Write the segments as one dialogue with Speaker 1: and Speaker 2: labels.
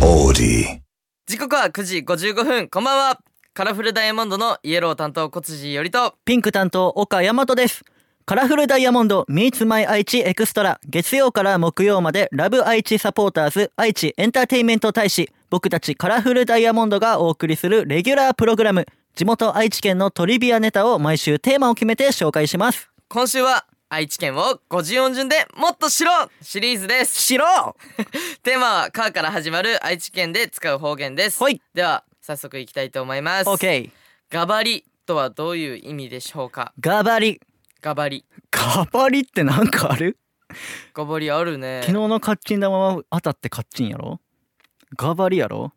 Speaker 1: City.
Speaker 2: 時刻は9時55分こんばんはカラフルダイヤモンドのイエロー担当小辻よりと
Speaker 3: ピンク担当岡大和です。カラフルダイヤモンド Meets My 愛知エクストラ月曜から木曜までラブ愛知サポーターズ愛知エンターテインメント大使僕たちカラフルダイヤモンドがお送りするレギュラープログラム地元愛知県のトリビアネタを毎週テーマを決めて紹介します。
Speaker 2: 今週は愛知県を50音順でもっと知ろうシリーズです
Speaker 3: しろ
Speaker 2: テーマはカーから始まる愛知県で使う方言です
Speaker 3: はい
Speaker 2: では早速いきたいと思います
Speaker 3: !OK!
Speaker 2: ガバリとはどういう意味でしょうか
Speaker 3: ガバリ。
Speaker 2: ガバリ
Speaker 3: ガバリってなんかある
Speaker 2: ガバリあるね
Speaker 3: 昨日のカッチン玉は当たってカッチンやろガバリやろ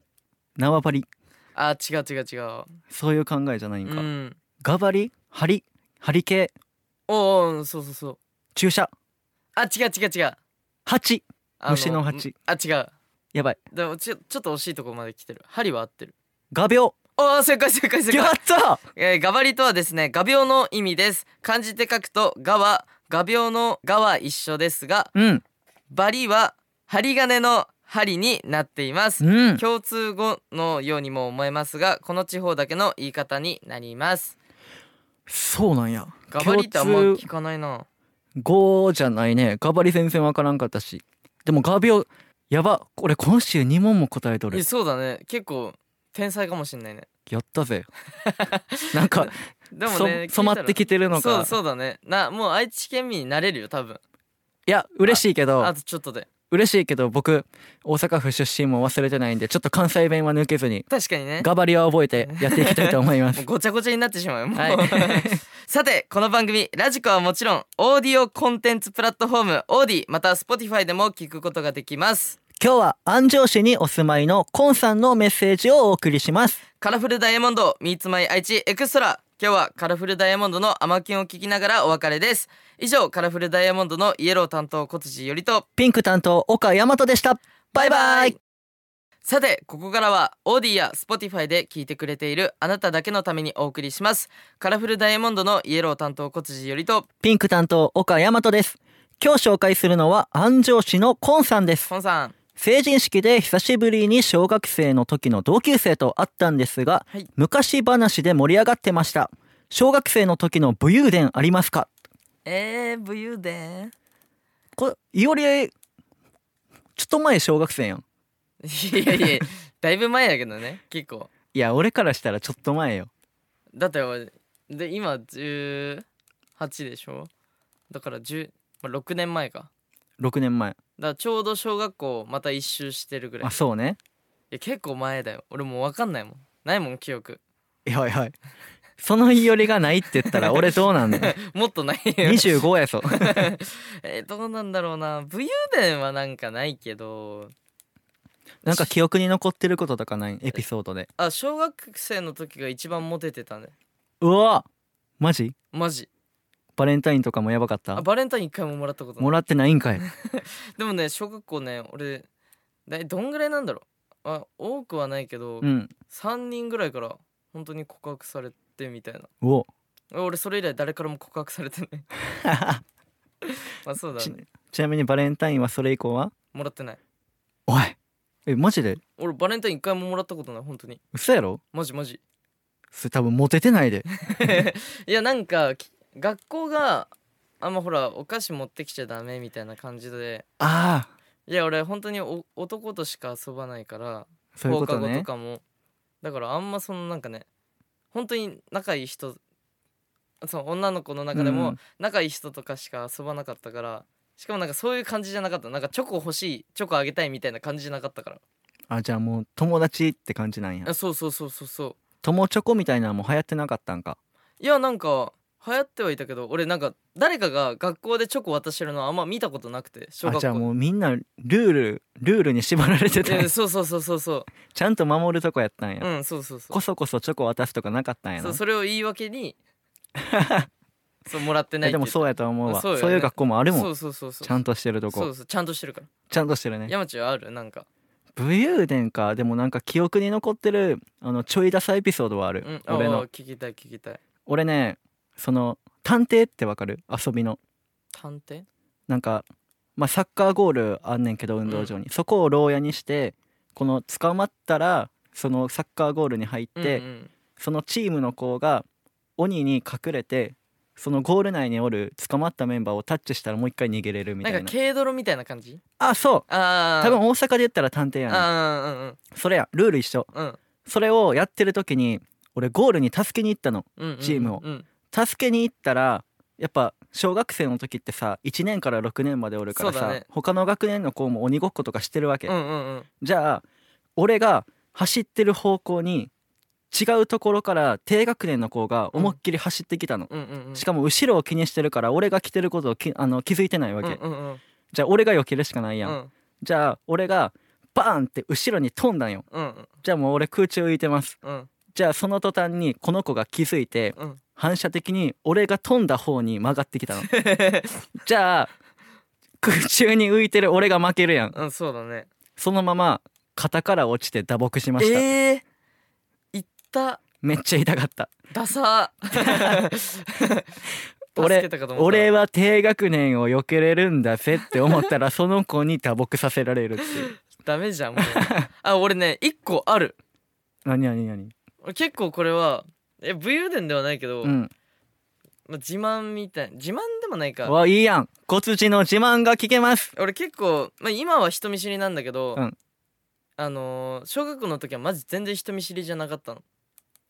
Speaker 3: 縄張り。
Speaker 2: あ違う違う違う
Speaker 3: そういう考えじゃないん
Speaker 2: う
Speaker 3: か。
Speaker 2: ん
Speaker 3: ガバリハリハリケ
Speaker 2: おうおうそうそうそう
Speaker 3: 注射
Speaker 2: あ違う違う違う
Speaker 3: ハチ
Speaker 2: あ
Speaker 3: 虫の蜂
Speaker 2: あ違う
Speaker 3: やばい
Speaker 2: でもちょちょっと惜しいところまで来てる針は合ってる
Speaker 3: 画鋲
Speaker 2: おー正解正解正
Speaker 3: や
Speaker 2: 解
Speaker 3: っ、た
Speaker 2: えー、ガバリとはですね画鋲の意味です漢字で書くとガは画鋲のガは一緒ですが
Speaker 3: うん
Speaker 2: バリは針金の針になっています
Speaker 3: うん
Speaker 2: 共通語のようにも思えますがこの地方だけの言い方になります
Speaker 3: そうなんや
Speaker 2: ガバリってあんま
Speaker 3: 共
Speaker 2: 聞
Speaker 3: 通
Speaker 2: かないな
Speaker 3: 語じゃないねガバリ全然わからんかったしでも画鋲やば俺今週2問も答えと
Speaker 2: いや
Speaker 3: る
Speaker 2: そうだね結構天才かもしんないね
Speaker 3: やったぜ なんか
Speaker 2: でも
Speaker 3: そ
Speaker 2: ね
Speaker 3: 染まって
Speaker 2: き
Speaker 3: きてるの
Speaker 2: そう
Speaker 3: か
Speaker 2: そうだねなもう愛知県民になれるよ多分
Speaker 3: いや嬉しいけ
Speaker 2: あ
Speaker 3: ど
Speaker 2: とちょっとで
Speaker 3: 嬉しいけど僕大阪府出身も忘れてないんでちょっと関西弁は抜けずに
Speaker 2: 確かにね
Speaker 3: ガバリは覚えてやっていきたいと思いま
Speaker 2: もう
Speaker 3: す
Speaker 2: ごちゃごちゃになってしまうよもう、
Speaker 3: はい
Speaker 2: さてこの番組ラジコはもちろんオーディオコンテンツプラットフォームオーディまた Spotify でも聞くことができます
Speaker 3: 今日は安城市にお住まいのコンさんのメッセージをお送りします
Speaker 2: カラフルダイヤモンド Meets My 愛知エクストラ今日はカラフルダイヤモンドのアマキュンを聞きながらお別れです以上カラフルダイヤモンドのイエロー担当小辻よりと
Speaker 3: ピンク担当岡大和でしたバイバイ
Speaker 2: さてここからはオーディや Spotify で聞いてくれているあなただけのためにお送りしますカラフルダイヤモンドのイエロー担当小辻よりと
Speaker 3: ピンク担当岡大和です今日紹介するのは安城市のコンさんです
Speaker 2: コンさん
Speaker 3: 成人式で久しぶりに小学生の時の同級生と会ったんですが、
Speaker 2: はい
Speaker 3: 昔話で盛り上がってました小学生の時の武勇伝ありますか
Speaker 2: えー、武勇伝
Speaker 3: こいおりちょっと前小学生やん
Speaker 2: いやいやだいぶ前やけどね結構
Speaker 3: いや俺からしたらちょっと前よ
Speaker 2: だって俺で今18でしょだから10まあ6年前かだか
Speaker 3: 6年前
Speaker 2: らちょうど小学校また一周してるぐらい
Speaker 3: あ
Speaker 2: い
Speaker 3: そうね
Speaker 2: や結構前だよ俺もう分かんないもんないもん記憶
Speaker 3: いやいやそのいおりがないって言ったら俺どうなん ねん
Speaker 2: もっとないよ
Speaker 3: 25やぞ
Speaker 2: えどうなんだろうな武勇伝はなんかないけど
Speaker 3: なんか記憶に残ってることとかないエピソードで
Speaker 2: あ小学生の時が一番モテてたね
Speaker 3: うわマジ
Speaker 2: マジ
Speaker 3: バレンタインとかもやばかっ
Speaker 2: あ
Speaker 3: た
Speaker 2: バレンタイン一回ももらったことない
Speaker 3: もらってないんかい
Speaker 2: でもね小学校ね俺だいどんぐらいなんだろうあ多くはないけど、
Speaker 3: うん
Speaker 2: 3人ぐらいから本当に告白されてみたいな
Speaker 3: うお
Speaker 2: 俺それ以来誰からも告白されてない まあそうだ
Speaker 3: ち
Speaker 2: ね
Speaker 3: ちなみにバレンタインはそれ以降は
Speaker 2: もらってない
Speaker 3: おいえマジで
Speaker 2: 俺バレンタイン一回ももらったことない本当に
Speaker 3: 嘘やろ
Speaker 2: マジマ ジ
Speaker 3: それ多分モテ てないで
Speaker 2: いやなんかき学校があんまほらお菓子持ってきちゃダメみたいな感じで
Speaker 3: ああ
Speaker 2: いや俺本当にお男としか遊ばないから
Speaker 3: そういうこ
Speaker 2: 放
Speaker 3: と
Speaker 2: 課後と
Speaker 3: ね
Speaker 2: かもだからあんまそのなんかね本当に仲いい人その女の子の中で
Speaker 3: う
Speaker 2: も
Speaker 3: ん
Speaker 2: 仲いい人とかしか遊ばなかったから、しかもなんかそういう感じじゃなかったなんかチョコ欲しいチョコあげたいみたいな感じじゃなかったから
Speaker 3: あじゃあもう友達って感じなんや
Speaker 2: あそうそうそうそうそう
Speaker 3: 友チョコみたいなのも流行ってなかったんか
Speaker 2: いやなんか流行ってはいたけど俺なんか誰かが学校でチョコ渡してるのあんま見たことなくて小
Speaker 3: あ
Speaker 2: 学
Speaker 3: じゃあ
Speaker 2: 校
Speaker 3: もうみんなルールルールに縛られてたん
Speaker 2: え
Speaker 3: や
Speaker 2: そうそうそうそうそう
Speaker 3: ちゃんと守るとこやったんや、
Speaker 2: うんそうそうそう
Speaker 3: こそこそチョコ渡すとかなかったんや
Speaker 2: そう
Speaker 3: な
Speaker 2: それを言い訳に そうもらってない
Speaker 3: えでも
Speaker 2: う
Speaker 3: そうやと思うわ
Speaker 2: そ
Speaker 3: そうう,、
Speaker 2: よね
Speaker 3: いう学校もあるもん
Speaker 2: そうそうそうそう
Speaker 3: ちゃんとしてると
Speaker 2: そう
Speaker 3: こ
Speaker 2: そうちゃんとしてるから
Speaker 3: ちゃんとしてるね
Speaker 2: 山ちゃんあるなんか
Speaker 3: 武勇伝かでもなんか記憶に残ってるあのちょいダサエピソードはある、
Speaker 2: うん
Speaker 3: 俺
Speaker 2: あ
Speaker 3: の
Speaker 2: あ聞きたい聞きたい
Speaker 3: 俺ねその探偵ってわかる遊びの
Speaker 2: 探偵
Speaker 3: なんかまあサッカーゴールあんねんけど運動場に、そこを牢屋にしてこの捕まったらそのサッカーゴールに入って、
Speaker 2: うんうん
Speaker 3: そのチームの子が鬼に隠れてそのゴール内におる捕まったメンバーをタッチしたらもう一回逃げれるみた
Speaker 2: ないん
Speaker 3: な
Speaker 2: か軽泥みたいな感じ
Speaker 3: あそう
Speaker 2: ああ
Speaker 3: 多分大阪で言ったら探偵やね
Speaker 2: あ
Speaker 3: それやルール一緒
Speaker 2: あうんうんうん
Speaker 3: それをやってる時に俺ゴールに助けに行ったの
Speaker 2: うんうん
Speaker 3: チームを
Speaker 2: うん
Speaker 3: 助けに行ったらやっぱ小学生の時ってさ1年から6年までおるから
Speaker 2: そう
Speaker 3: さ、
Speaker 2: だね
Speaker 3: 他の学年の子も鬼ごっことかしてるわけ、
Speaker 2: うんうんうん
Speaker 3: じゃあ俺が走ってる方向に違うところから低学年の子が思いっきり走ってきたの、
Speaker 2: うんうんうん
Speaker 3: しかも後ろを気にしてるから俺が来てることをきあの気づいてないわけ、
Speaker 2: うんうんうん
Speaker 3: じゃあ俺が避けるしかないやん、
Speaker 2: うん
Speaker 3: じゃあ俺がバーンって後ろに飛んだんよ
Speaker 2: うん
Speaker 3: じゃあもう俺空中浮いてます
Speaker 2: うん
Speaker 3: じゃあその途端にこの子が気づいて
Speaker 2: うん
Speaker 3: 反射的に俺が飛んだ方に曲がってきたの じゃあ空中に浮いてる俺が負けるやん
Speaker 2: うんそうだね
Speaker 3: そのまま肩から落ちて打撲しました、
Speaker 2: ええいった
Speaker 3: めっちゃ痛かった
Speaker 2: ダサ
Speaker 3: 俺
Speaker 2: 助けたかと思った
Speaker 3: 俺は低学年を避けれるんだぜって思ったらその子に打撲させられるっていう
Speaker 2: ダメじゃんもうあ俺ね一個ある
Speaker 3: 何何何
Speaker 2: 俺結構これはえ武勇伝ではないけど、
Speaker 3: うん
Speaker 2: まあ、自慢みたい自慢でもないか
Speaker 3: わいいやんごつちの自慢が聞けます
Speaker 2: 俺結構、まあ、今は人見知りなんだけど、
Speaker 3: うん
Speaker 2: あのー小学校の時はマジ全然人見知りじゃなかったの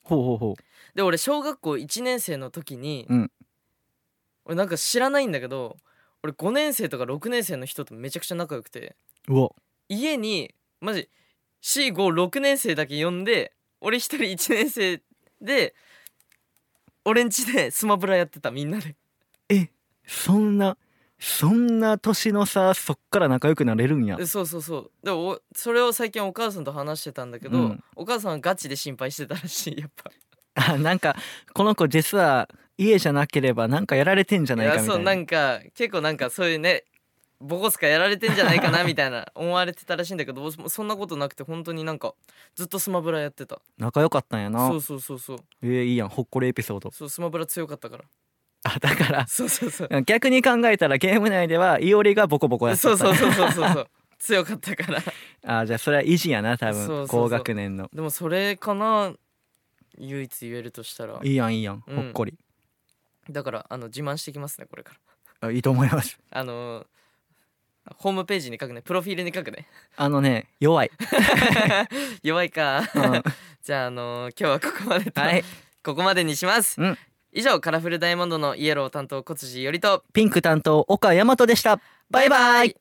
Speaker 3: ほうほうほ
Speaker 2: で俺小学校1年生の時に、
Speaker 3: うん
Speaker 2: 俺なんか知らないんだけど俺5年生とか6年生の人とめちゃくちゃ仲良くて
Speaker 3: ううわ
Speaker 2: 家にマジ456年生だけ呼んで俺一人1年生で俺ん家でスマブラやってたみんなで
Speaker 3: そんなそんな年の差そっから仲良くなれるんや
Speaker 2: でそうそうそうでおそれを最近お母さんと話してたんだけど、
Speaker 3: うん
Speaker 2: お母さんはガチで心配してたらしいやっぱ
Speaker 3: あなんかこの子実は家じゃなければなんかやられてんじゃないかみたい
Speaker 2: や
Speaker 3: な
Speaker 2: そうなんか結構なんかそういうねボコスカやられてんじゃないかなみたいな 思われてたらしいんだけどそそんなことなくて本当になんかずっとスマブラやってた
Speaker 3: 仲良かったんやな
Speaker 2: そうそうそうそう
Speaker 3: えーいいやんほっこりエピソード
Speaker 2: そうスマブラ強かったから
Speaker 3: あだか
Speaker 2: そうそうそう
Speaker 3: ら逆に考えたらゲーム内ではいおりがボコボコやってた
Speaker 2: そうそうそうそうそうそう強かったから
Speaker 3: あじゃあそれは維持やな
Speaker 2: そ
Speaker 3: 多
Speaker 2: うそう
Speaker 3: 分
Speaker 2: そう
Speaker 3: 高学年の
Speaker 2: でもそれかな唯一言えるとしたら
Speaker 3: いいやんいいやん
Speaker 2: うん
Speaker 3: ほっこり、
Speaker 2: だからあの自慢してきますねこれから
Speaker 3: あいいと思います
Speaker 2: あのーホームページに書くねプロフィールに書くね
Speaker 3: あのね弱い、
Speaker 2: 弱いか、
Speaker 3: うん
Speaker 2: じゃああのー今日はここまでと、
Speaker 3: はい
Speaker 2: ここまでにします、
Speaker 3: うん
Speaker 2: 以上カラフルダイヤモンドのイエロー担当小辻よりと
Speaker 3: ピンク担当岡大和でしたバイバイ